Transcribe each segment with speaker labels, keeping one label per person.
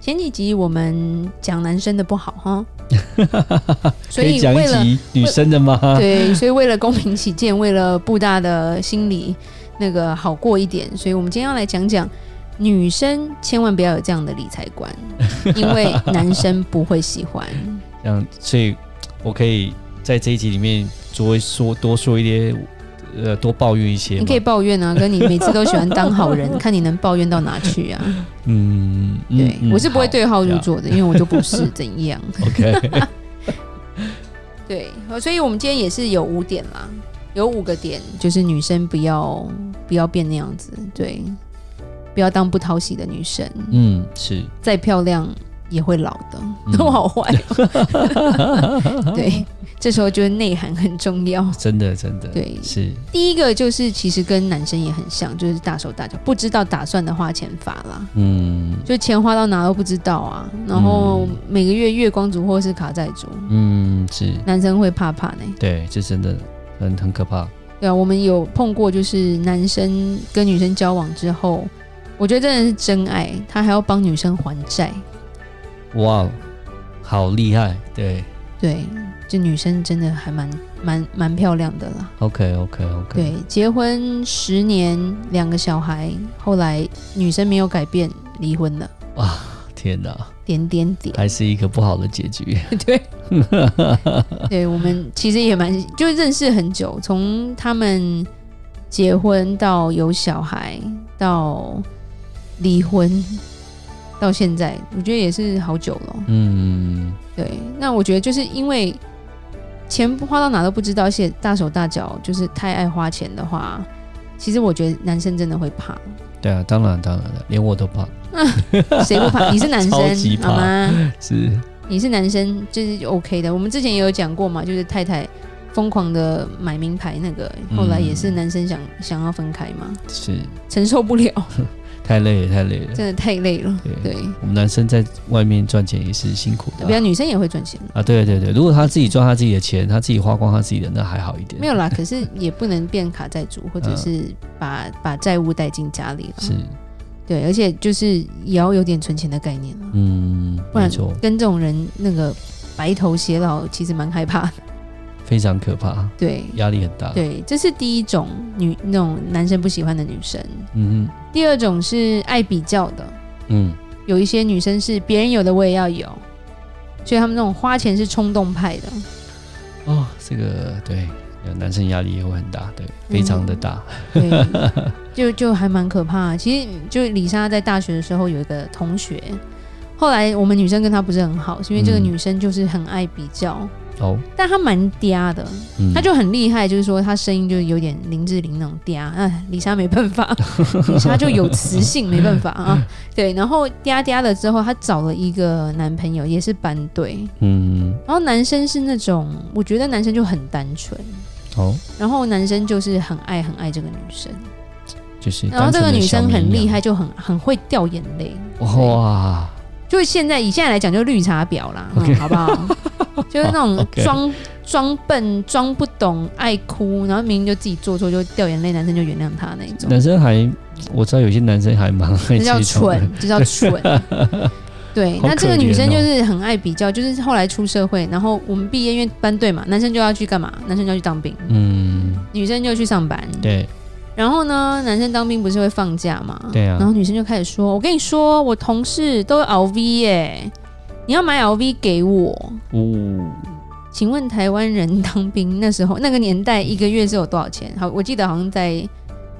Speaker 1: 前几集我们讲男生的不好 哈，
Speaker 2: 可
Speaker 1: 所
Speaker 2: 以
Speaker 1: 以
Speaker 2: 讲一
Speaker 1: 为了
Speaker 2: 集啊女生的吗？
Speaker 1: 对，所以为了公平起见，为了布大的心理那个好过一点，所以我们今天要来讲讲女生千万不要有这样的理财观，因为男生不会喜欢。
Speaker 2: 这样，所以我可以在这一集里面多说多说一些，呃，多抱怨一些吗。
Speaker 1: 你可以抱怨啊， 跟你每次都喜欢当好人， 看你能抱怨到哪去啊？
Speaker 2: 嗯，嗯，
Speaker 1: 对，
Speaker 2: 嗯
Speaker 1: 我是不会
Speaker 2: 好
Speaker 1: 对号入座的，因为我就不是怎样。
Speaker 2: OK，
Speaker 1: 对，所以我们今天也是有五点啦，有五个点，就是女生不要不要变那样子，对，不要当不讨喜的女生。
Speaker 2: 嗯，是
Speaker 1: 再漂亮也会老的，
Speaker 2: 嗯
Speaker 1: 都好坏、 哦。对，这时候就是内涵很重要。
Speaker 2: 真的，真的，
Speaker 1: 对
Speaker 2: 是，
Speaker 1: 第一个就是其实跟男生也很像，就是大手大脚，不知道打算的花钱法啦。
Speaker 2: 嗯
Speaker 1: 就钱花到哪都不知道啊，然后
Speaker 2: 嗯
Speaker 1: 每个月月光族或是卡债族，
Speaker 2: 嗯，是，
Speaker 1: 男生会怕怕呢。
Speaker 2: 对，这真的很很可怕。
Speaker 1: 对啊，我们有碰过，就是男生跟女生交往之后，我觉得真的是真爱，他还要帮女生还债。
Speaker 2: 哇，好厉害！对
Speaker 1: 对，这女生真的还蛮蛮蛮漂亮的啦。
Speaker 2: ，OK OK OK，
Speaker 1: 对，结婚十年，两个小孩，后来女生没有改变，离婚了，
Speaker 2: 天哪，
Speaker 1: 点点点。
Speaker 2: 还是一个不好的结局。
Speaker 1: 对，对我们其实也蛮就认识很久，从他们结婚到有小孩，到离婚，到现在，我觉得也是好久了。
Speaker 2: 嗯，
Speaker 1: 对，那我觉得就是因为钱不花到哪都不知道，而且大手大脚，就是太爱花钱的话，其实我觉得男生真的会怕。
Speaker 2: 对啊，当然当然了，连我都怕。
Speaker 1: 谁不怕？你是男
Speaker 2: 超级
Speaker 1: 生
Speaker 2: 怕
Speaker 1: 好吗？
Speaker 2: 是，
Speaker 1: 你是男生就是 OK 的。我们之前也有讲过嘛，就是太太疯狂的买名牌那个，
Speaker 2: 嗯
Speaker 1: 后来也是男生想想要分开嘛，
Speaker 2: 是
Speaker 1: 承受不 了，
Speaker 2: 太累了，太累了。
Speaker 1: 真的太累了。
Speaker 2: 对啊
Speaker 1: 对，
Speaker 2: 我们男生在外面赚钱也是辛苦的
Speaker 1: 不
Speaker 2: 啊。
Speaker 1: 然女生也会赚钱。
Speaker 2: 啊，对对对，如果他自己赚他自己的钱，他自己花光他自己的，那还好一点。
Speaker 1: 没有啦， 可是也不能变卡债主，或者是把、把债务带进家里了。
Speaker 2: 嗯是，
Speaker 1: 对，而且就是也要有点存钱的概念了，
Speaker 2: 嗯，
Speaker 1: 不
Speaker 2: 没
Speaker 1: 然
Speaker 2: 错，
Speaker 1: 跟这种人那个白头偕老，其实蛮害怕的。
Speaker 2: 非常可怕，
Speaker 1: 对，
Speaker 2: 压力很大。，
Speaker 1: 对，这是第一种女那种男生不喜欢的女生。
Speaker 2: 嗯
Speaker 1: 第二种是爱比较的，
Speaker 2: 哼嗯，
Speaker 1: 有一些女生是别人有的我也要有，所以他们那种花钱是冲动派的。
Speaker 2: 哦，这个对，男生压力也会很大，对，
Speaker 1: 嗯
Speaker 2: 非常的大。
Speaker 1: 对，就就还蛮可怕的。其实就李莎在大学的时候有一个同学，后来我们女生跟她不是很好，是因为这个
Speaker 2: 嗯
Speaker 1: 女生就是很爱比较，
Speaker 2: 哦，
Speaker 1: 但她蛮嗲的，
Speaker 2: 嗯，
Speaker 1: 她就很厉害，就是说她声音就有点林志玲那种嗲，哎，李莎没 办法，李莎就有磁性，没办法
Speaker 2: 嗯
Speaker 1: 啊。对，然后嗲嗲了之后，她找了一个男朋友，也是班队，
Speaker 2: 嗯，
Speaker 1: 然后男生是那种，我觉得男生就很单纯，
Speaker 2: 哦，
Speaker 1: 然后男生就是很爱很爱这个女生，
Speaker 2: 就是
Speaker 1: 然后
Speaker 2: 单
Speaker 1: 这
Speaker 2: 纯
Speaker 1: 个
Speaker 2: 的
Speaker 1: 女
Speaker 2: 小
Speaker 1: 生
Speaker 2: 绵
Speaker 1: 很厉
Speaker 2: 羊
Speaker 1: 害，就很很会掉眼泪。
Speaker 2: 哇，
Speaker 1: 就是现在以现在来讲，就绿茶婊啦，嗯好不好？ 就是那
Speaker 2: 好
Speaker 1: 种
Speaker 2: ，OK
Speaker 1: 装装笨、装不懂、爱哭，然后明明就自己做错就掉眼泪，男生就原谅他那一种，
Speaker 2: 男生还我知道有些男生还蛮爱
Speaker 1: 这叫
Speaker 2: 这种的
Speaker 1: 蠢，这叫蠢。对，
Speaker 2: 好
Speaker 1: 那这个
Speaker 2: 可
Speaker 1: 女
Speaker 2: 怜
Speaker 1: 生
Speaker 2: 哦
Speaker 1: 就是很爱比较，就是后来出社会，然后我们毕业，因为班队嘛，男生就要去干嘛？男生就要去当兵，
Speaker 2: 嗯，
Speaker 1: 女生就去上班。
Speaker 2: 对
Speaker 1: 然后呢，男生当兵不是会放假嘛？
Speaker 2: 对啊
Speaker 1: 然，后女生就开始说：“我跟你说，我同事都有 LV 耶、你要买 LV 给我。
Speaker 2: 呜，”
Speaker 1: 请问台湾人当兵那时候那个年代一个月是有多少钱？好，我记得好像在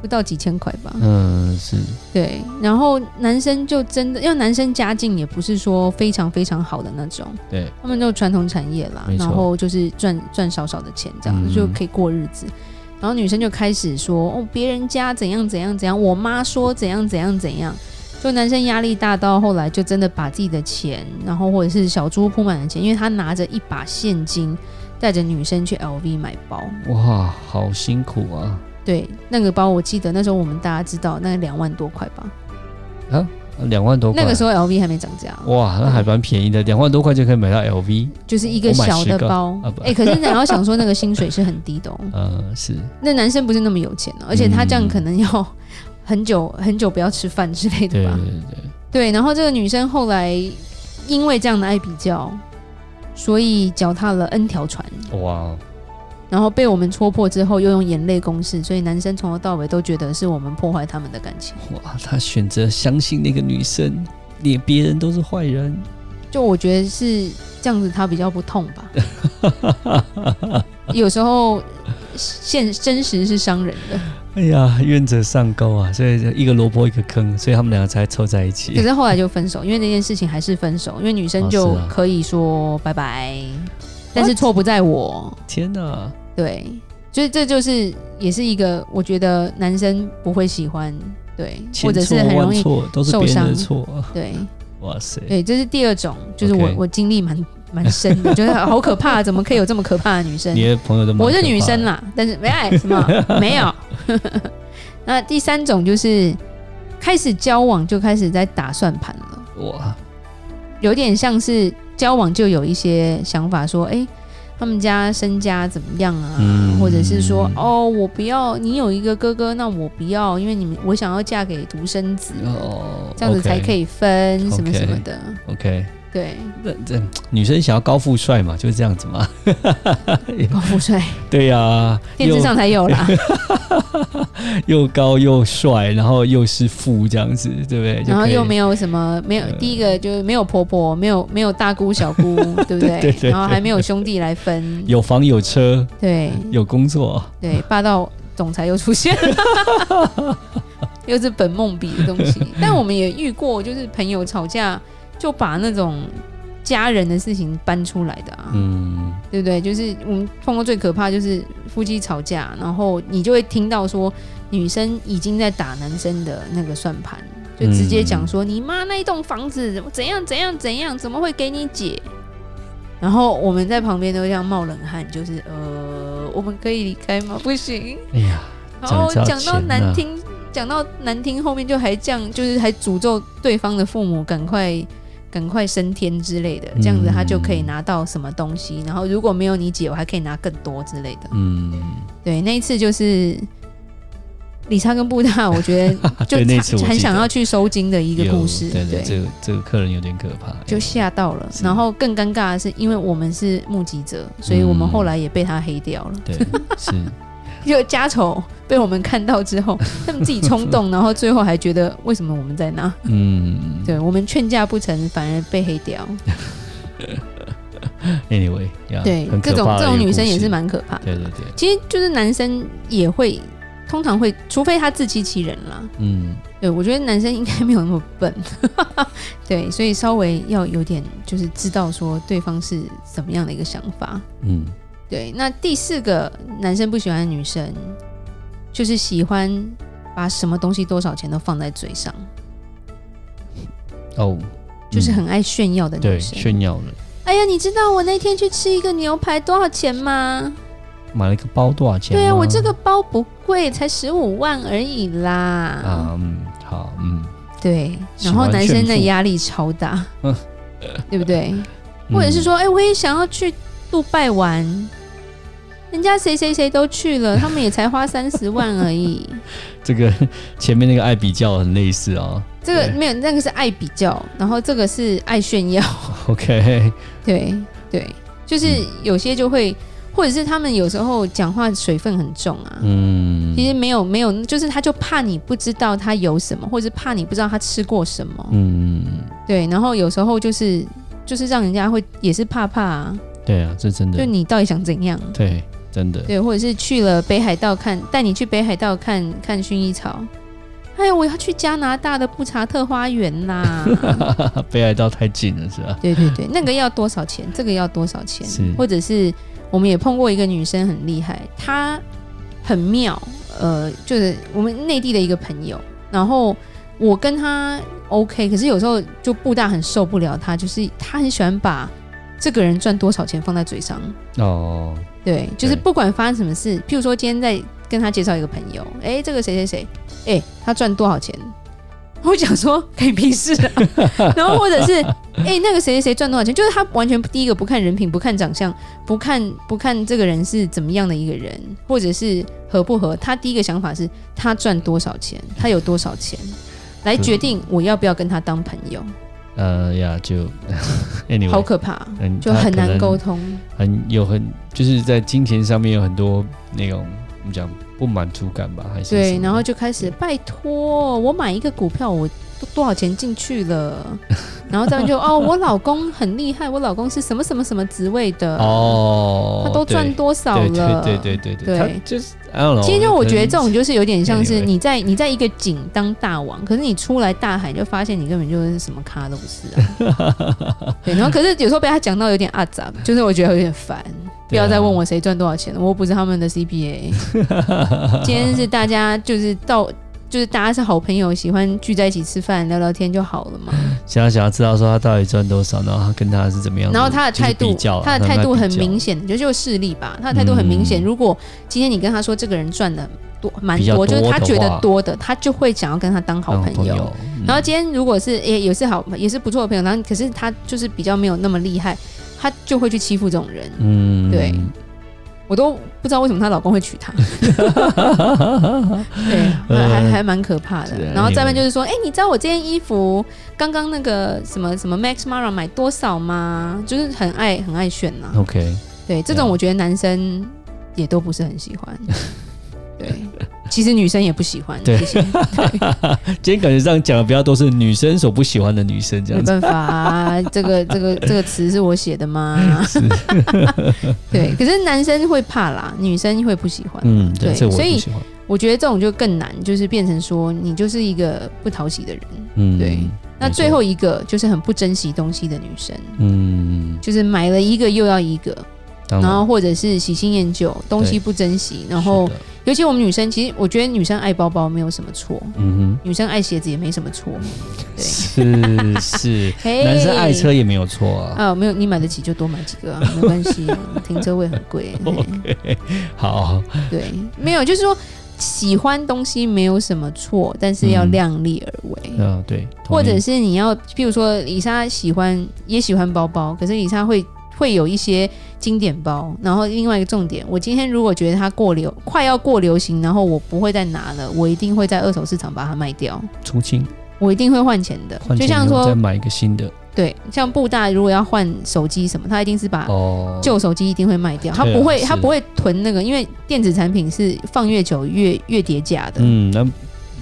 Speaker 1: 不到几千块吧。
Speaker 2: 嗯，是
Speaker 1: 对，然后男生就真的，因为男生家境也不是说非常非常好的那种，
Speaker 2: 对，
Speaker 1: 他们就传统产业啦
Speaker 2: 没，错
Speaker 1: 然后就是赚赚少少的钱，这样、
Speaker 2: 嗯
Speaker 1: 就可以过日子。然后女生就开始说：“哦，别人家怎样怎样怎样，我妈说怎样怎样怎样。”就男生压力大到后来就真的把自己的钱，然后或者是小猪铺满的钱，因为他拿着一把现金带着女生去 LV 买包。
Speaker 2: 哇，好辛苦啊！
Speaker 1: 对，那个包我记得那时候我们大家知道，那两万多块吧。
Speaker 2: 啊，两万多块，
Speaker 1: 那个时候 LV 还没涨价，哦
Speaker 2: 哇，那还蛮便宜的，两万多块就可以买到 LV。
Speaker 1: 就是一个小的包
Speaker 2: 我买十个啊。不
Speaker 1: 哎、可是你要想说那个薪水是很低的哦。
Speaker 2: 呃，是，
Speaker 1: 那男生不是那么有钱哦，而且他这样可能要很久很久不要吃饭之类的
Speaker 2: 对对
Speaker 1: 吧？
Speaker 2: 对对，
Speaker 1: 对，然后这个女生后来因为这样的爱比较，所以脚踏了 N 条船，
Speaker 2: 哇，
Speaker 1: 然后被我们戳破之后，又用眼泪攻势，所以男生从头到尾都觉得是我们破坏他们的感情。
Speaker 2: 哇，他选择相信那个女生，连别人都是坏人。
Speaker 1: 就我觉得是这样子，他比较不痛吧。有时候现真实是伤人的，
Speaker 2: 哎呀，愿者上钩啊！所以一个萝卜一个坑，所以他们两个才凑在一
Speaker 1: 可
Speaker 2: 起。
Speaker 1: 是后来就分手，因为那件事情还是分手，因为女生
Speaker 2: 哦
Speaker 1: 就是
Speaker 2: 啊
Speaker 1: 可以说拜拜，但是错不在我。
Speaker 2: 天哪，
Speaker 1: 对，所以这就是也是一个我觉得男生不会喜欢，对，
Speaker 2: 千
Speaker 1: 或者是
Speaker 2: 错
Speaker 1: 很容
Speaker 2: 万
Speaker 1: 易
Speaker 2: 错都是别人的错。
Speaker 1: 对
Speaker 2: 哇塞，
Speaker 1: 对，这是第二种，就是我
Speaker 2: OK
Speaker 1: 我经历蛮蛮深 的，觉得好可怕，怎么可以有这么可怕的女生
Speaker 2: 你？的朋友都蛮
Speaker 1: 我是
Speaker 2: 可怕
Speaker 1: 女生啊
Speaker 2: 的，
Speaker 1: 啦，但是没爱什么 没有。 那第三种就是开始交往就开始在打算盘了。
Speaker 2: 哇，
Speaker 1: 有点像是交往就有一些想法，说，哎、他们家身家怎么样啊？
Speaker 2: 嗯
Speaker 1: 或者是说，哦，我不要你有一个哥哥，那我不要，因为你们我想要嫁给独生子，
Speaker 2: 哦，
Speaker 1: 这样子才可。以分
Speaker 2: OK
Speaker 1: 什么什么的。
Speaker 2: OK，
Speaker 1: 对，
Speaker 2: 那这女生想要高富帅嘛，就是这样子嘛。
Speaker 1: 高富帅，
Speaker 2: 对呀、
Speaker 1: 电视上才 有啦。
Speaker 2: 又又高又帅，然后又是富这样子，对不对？
Speaker 1: 然后又没
Speaker 2: 有
Speaker 1: 有什么，没有、
Speaker 2: 呃
Speaker 1: 第一个就是没有婆婆，没有没有大姑小 姑，对不对？
Speaker 2: 对对
Speaker 1: 然后还没有兄弟来分，
Speaker 2: 有房有车
Speaker 1: 对
Speaker 2: 有工作，
Speaker 1: 对，霸道总裁又出现了， 又是本梦比的东西。但我们也遇过，就是朋友吵架就把那种家人的事情搬出来的啊，
Speaker 2: 嗯，
Speaker 1: 对不对？就是我们碰到最可怕就是夫妻吵架，然后你就会听到说女生已经在打男生的那个算盘。就直接讲说、你妈那一栋房子怎么怎样怎样怎样，怎么会给你姐？然后我们在旁边都这样冒冷汗，就是呃，我们可以离开吗？不行，
Speaker 2: 哎呀，
Speaker 1: 然后
Speaker 2: 讲到
Speaker 1: 讲到
Speaker 2: 钱啊
Speaker 1: 难
Speaker 2: 了
Speaker 1: 听，讲到难听，后面就还这样，就是还诅咒对方的父母，赶快赶快升天之
Speaker 2: 嗯
Speaker 1: 类的，这样子他就可以拿到什么东西。然后如果没有你姐，我还可以拿更多之类的。
Speaker 2: 嗯，
Speaker 1: 对，那一次就是理查跟布大，我 觉得就
Speaker 2: 对那次我
Speaker 1: 很
Speaker 2: 记
Speaker 1: 想
Speaker 2: 得
Speaker 1: 要去收金的一个故
Speaker 2: 有
Speaker 1: 事，
Speaker 2: 对对，这个这个客人有点可怕，哎
Speaker 1: 就吓到了。
Speaker 2: 是
Speaker 1: 然后更尴尬的是，因为我们是目击者，所以我们
Speaker 2: 嗯
Speaker 1: 后来也被他黑掉了。
Speaker 2: 对，是，
Speaker 1: 就家丑被我们看到之 后，他们自己冲动，然后最后还觉得为什么我们在那？
Speaker 2: 嗯
Speaker 1: 对我们劝架不成，反而被黑掉。
Speaker 2: ，anyway，呀
Speaker 1: 对
Speaker 2: 很，可
Speaker 1: 这种
Speaker 2: 怕的
Speaker 1: 这
Speaker 2: 一
Speaker 1: 种
Speaker 2: 个
Speaker 1: 女生
Speaker 2: 故
Speaker 1: 也
Speaker 2: 事
Speaker 1: 是蛮可怕的。
Speaker 2: 对对对，
Speaker 1: 其实就是男生也会，通常会，除非他自欺欺人啦。
Speaker 2: 嗯，
Speaker 1: 对我觉得男生应该没有那么笨， 对，所以稍微要有点就是知道说对方是怎么样的一个想法。
Speaker 2: 嗯，
Speaker 1: 对，那第四个男生不喜欢的女生，就是喜欢把什么东西多少钱都放在嘴上。
Speaker 2: 哦，
Speaker 1: 就是
Speaker 2: 嗯
Speaker 1: 很爱炫耀的女
Speaker 2: 对
Speaker 1: 生。
Speaker 2: 炫耀了，
Speaker 1: 哎呀，你知道我那天去吃一个牛排多少钱吗？
Speaker 2: 买了一个包多少钱吗？
Speaker 1: 对啊，我这个包不贵，才十五万而已啦。
Speaker 2: 啊，嗯，好，嗯，
Speaker 1: 对，
Speaker 2: 喜
Speaker 1: 然
Speaker 2: 欢
Speaker 1: 后男生
Speaker 2: 炫
Speaker 1: 的
Speaker 2: 富
Speaker 1: 压力超大
Speaker 2: 嗯，
Speaker 1: 对不对？
Speaker 2: 嗯
Speaker 1: 或者是，说，哎、我也想要去杜拜玩，人家谁谁谁都去 了，他们也才花三十万而已。
Speaker 2: 这个 前面那个爱比较很类似哦
Speaker 1: 这个
Speaker 2: 对
Speaker 1: 没有，那个是爱比较，然后这个是爱炫耀。
Speaker 2: ，OK，
Speaker 1: 对对，就是
Speaker 2: 嗯
Speaker 1: 有些就会，或者是他们有时候讲话水分很重啊。
Speaker 2: 嗯，
Speaker 1: 其实没有没有，就是他就怕你不知道他有什么，或者是怕你不知道他吃过什么。
Speaker 2: 嗯，
Speaker 1: 对，然后有时候就是就是让人家会也是怕怕、啊，
Speaker 2: 对啊，这真
Speaker 1: 就
Speaker 2: 的，
Speaker 1: 你到底想怎样？
Speaker 2: 对，真的，
Speaker 1: 对，或者是去了北海道看，带你去北海道看看薰衣草。哎呀，我要去加拿大的布查特花园啦！
Speaker 2: 北海道太近了是吧？
Speaker 1: 对对对，那个要多少钱？这个要多少钱
Speaker 2: 是？
Speaker 1: 或者是我们也碰过一个女生很厉害，她很妙，呃，就是我们内地的一个朋友，然后我跟她 OK，可是有时候就布大很受不了她，就是她很喜欢把这个人赚多少钱放在嘴上。
Speaker 2: 哦，
Speaker 1: 对，就是
Speaker 2: 对
Speaker 1: 不管发生什么事，譬如说今天在跟他介绍一个朋友，哎、这个谁谁谁，哎、他赚多少钱？ 我想说，干你屁事 啊！然后或者是，哎、那个谁谁谁赚多少钱？就是他完全第一个不看人品，不看长相，不看不看这个人是怎么样的一个人，或者是合不合。他第一个想法是他赚多少钱，他有多少钱，来决定我要不要跟他当朋友。
Speaker 2: 呃呀，就 anyway，
Speaker 1: 好可怕，啊
Speaker 2: 嗯
Speaker 1: 就
Speaker 2: 他
Speaker 1: 很
Speaker 2: 可
Speaker 1: 难
Speaker 2: 能
Speaker 1: 沟通。
Speaker 2: 很有很就是在金钱上面有很多那种怎么讲不满足感吧，还是什
Speaker 1: 对，
Speaker 2: 么
Speaker 1: 然后就开始拜托我买一个股票，我都多少钱进去 了，然后这样就哦，我老公很厉害，我老公是什么什么什么职位的，
Speaker 2: 哦，
Speaker 1: 他都赚多少
Speaker 2: 对
Speaker 1: 了，
Speaker 2: 对对对对
Speaker 1: 对
Speaker 2: 对，他就是 I don't know，
Speaker 1: 其实我觉得这
Speaker 2: 可
Speaker 1: 种
Speaker 2: 能
Speaker 1: 就是有点像是
Speaker 2: Anyway
Speaker 1: 你在你在一个井当大王，可是你出来大海就发现你根本就是什么咖都不是啊。 对，然后可是有时候被他讲到有点阿杂，就是我觉得有点烦。不
Speaker 2: 对啊
Speaker 1: 要再问我谁赚多少钱了，我又不是他们 的 CPA。今天是大家就是到就是大家是好朋友，喜欢聚在一起吃饭聊聊天就好了嘛。
Speaker 2: 想要想要知道说他到底赚多少，然后他跟他是怎么样的，
Speaker 1: 然后他的
Speaker 2: 就是
Speaker 1: 态度
Speaker 2: 比较，啦啊
Speaker 1: 他的态度很，
Speaker 2: 他
Speaker 1: 明
Speaker 2: 们
Speaker 1: 显，就就是势利吧。他的态度很明显，
Speaker 2: 嗯
Speaker 1: 如果今天你跟他说这个人赚的多蛮
Speaker 2: 比较
Speaker 1: 多，就是
Speaker 2: 多
Speaker 1: 他
Speaker 2: 的
Speaker 1: 觉得
Speaker 2: 话
Speaker 1: 多的，他就会想要跟他当
Speaker 2: 比较
Speaker 1: 好朋友。，
Speaker 2: 嗯
Speaker 1: 然后今天如果是也也是好也是不错的朋友，然后可是他就是比较没有那么厉害，他就会去欺负这种人。
Speaker 2: 嗯
Speaker 1: 对我都不知道为什么她老公会娶 她，对，还还还蛮可怕的
Speaker 2: 是。啊
Speaker 1: 然后再面就是说，哎、你知道我这件衣服刚刚那个什么什么 Max Mara 买多少吗？就是很爱很爱炫啊 呐、
Speaker 2: ，OK，
Speaker 1: 对，这种
Speaker 2: 对啊
Speaker 1: 我觉得男生也都不是很 喜欢。对，其实女生也不喜欢
Speaker 2: 对啊
Speaker 1: 这些，
Speaker 2: 今天感觉上讲的比较多是女生所不喜欢的女生这
Speaker 1: 没
Speaker 2: 样子，
Speaker 1: 办法、啊， 这个这个这个词是我写的吗？ 对，可是男生会怕啦，女生会不喜欢。
Speaker 2: 嗯，对，
Speaker 1: 对
Speaker 2: 这我
Speaker 1: 所
Speaker 2: 也
Speaker 1: 以
Speaker 2: 不喜欢，
Speaker 1: 我觉得这种就更难，就是变成说你就是一个不讨喜的人。
Speaker 2: 嗯，
Speaker 1: 对
Speaker 2: 没错
Speaker 1: 那最后，一个就是很不珍惜东西的女生，
Speaker 2: 嗯，
Speaker 1: 就是买了一个又要一个，
Speaker 2: 当
Speaker 1: 然后或者是喜新厌旧，东西不珍惜，然后
Speaker 2: 是的
Speaker 1: 尤其我们女生，其实我觉得女生爱包包没有什么错，
Speaker 2: 嗯
Speaker 1: 女生爱鞋子也没什么错，
Speaker 2: 哼，
Speaker 1: 对
Speaker 2: 是
Speaker 1: 哎
Speaker 2: 是，
Speaker 1: 嘿
Speaker 2: 男生爱车。也没有错啊。
Speaker 1: 啊，没有，你买得起就多买几 个啊，没关系，停车位很贵。嘿
Speaker 2: OK，好，
Speaker 1: 对，没有，就是说喜欢东西没有什么错，但是要
Speaker 2: 嗯
Speaker 1: 量力而为。
Speaker 2: 嗯，对，同
Speaker 1: 或者
Speaker 2: 意
Speaker 1: 是你要，譬如说，李莎喜欢也喜欢包包，可是李莎会会有一些经典包。然后另外一个重点，我今天如果觉得它过流，快要过流行，然后我不会再拿了，我一定会在二手市场把它卖掉，
Speaker 2: 出清，
Speaker 1: 我一定会换钱的。
Speaker 2: 换
Speaker 1: 就
Speaker 2: 钱
Speaker 1: 像
Speaker 2: 以后再
Speaker 1: 说，
Speaker 2: 买一个新的
Speaker 1: 对，像布大如果要换手机什么，他一定是把
Speaker 2: 哦，
Speaker 1: 啊旧手机一定会卖掉，他
Speaker 2: 对啊
Speaker 1: 不会
Speaker 2: 是
Speaker 1: 他不会囤那个，因为电子产品是放越久越越叠价的。
Speaker 2: 嗯，那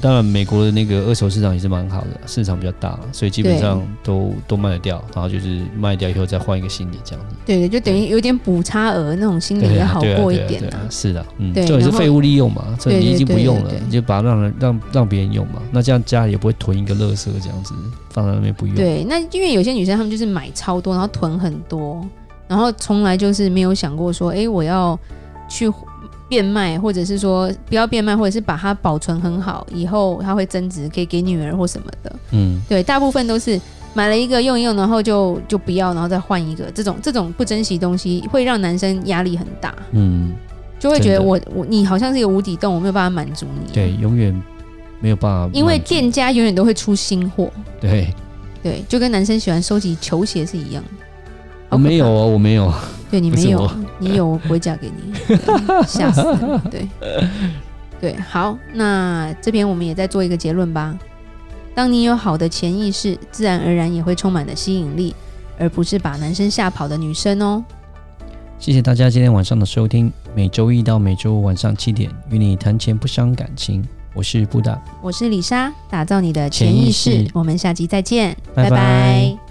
Speaker 2: 当然，美国的那个二手市场也是蛮好的，市场比较大，所以基本
Speaker 1: 对
Speaker 2: 上都都卖得掉，然后就是卖掉以后再换一个新的这样子。
Speaker 1: 对对，就等于有点补差额那种心里
Speaker 2: 对
Speaker 1: 也
Speaker 2: 啊
Speaker 1: 嗯好
Speaker 2: 对啊
Speaker 1: 过一
Speaker 2: 对啊
Speaker 1: 点
Speaker 2: 对
Speaker 1: 啊
Speaker 2: 啊，。是的，嗯，
Speaker 1: 对
Speaker 2: 这也是
Speaker 1: 然后
Speaker 2: 废物利用嘛，这
Speaker 1: 对
Speaker 2: 你已
Speaker 1: 对
Speaker 2: 经不
Speaker 1: 对
Speaker 2: 用
Speaker 1: 对
Speaker 2: 了，
Speaker 1: 对
Speaker 2: 你就把它让人让让别人用嘛，那这样家里也不会囤一个垃圾这样子放在那边不用。
Speaker 1: 对，啊那因为有些女生她们就是买超多，然后囤很多，然后从来就是没有想过说，哎、我要去变卖，或者是说不要变卖，或者是把它保存很好，以后它会增值，可以给女儿或什么的。
Speaker 2: 嗯，
Speaker 1: 对，大部分都是买了一个用一用，然后就就不要，然后再换一个。这种这种不珍惜东西，会让男生压力很大，
Speaker 2: 嗯，
Speaker 1: 就会觉得
Speaker 2: 真的
Speaker 1: 我我你好像是一个无底洞，我没有办法满足你。
Speaker 2: 对，，永远没有办法满足，
Speaker 1: 因为店家永远都会出新货，
Speaker 2: 对
Speaker 1: 对，就跟男生喜欢收集球鞋是一样的。
Speaker 2: 我
Speaker 1: 好可
Speaker 2: 没有
Speaker 1: 怕
Speaker 2: 哦，我没有，
Speaker 1: 对你
Speaker 2: 不
Speaker 1: 没
Speaker 2: 是
Speaker 1: 有
Speaker 2: 我
Speaker 1: 啊， 你有我不会嫁给 你，对吓死了。对对，好，那这边我们也再做一个结论吧。当你有好的潜意识，自然而然也会充满了吸引力，而不是把男生吓跑的女生哦。
Speaker 2: 谢谢大家今天晚上的收听，每周一到每周五晚上七点，与你谈钱不伤感情，我是布达。
Speaker 1: 我是李莎，打造你的
Speaker 2: 潜
Speaker 1: 潜
Speaker 2: 意
Speaker 1: 意识，
Speaker 2: 识
Speaker 1: 我们下集再见，
Speaker 2: 拜拜
Speaker 1: 拜拜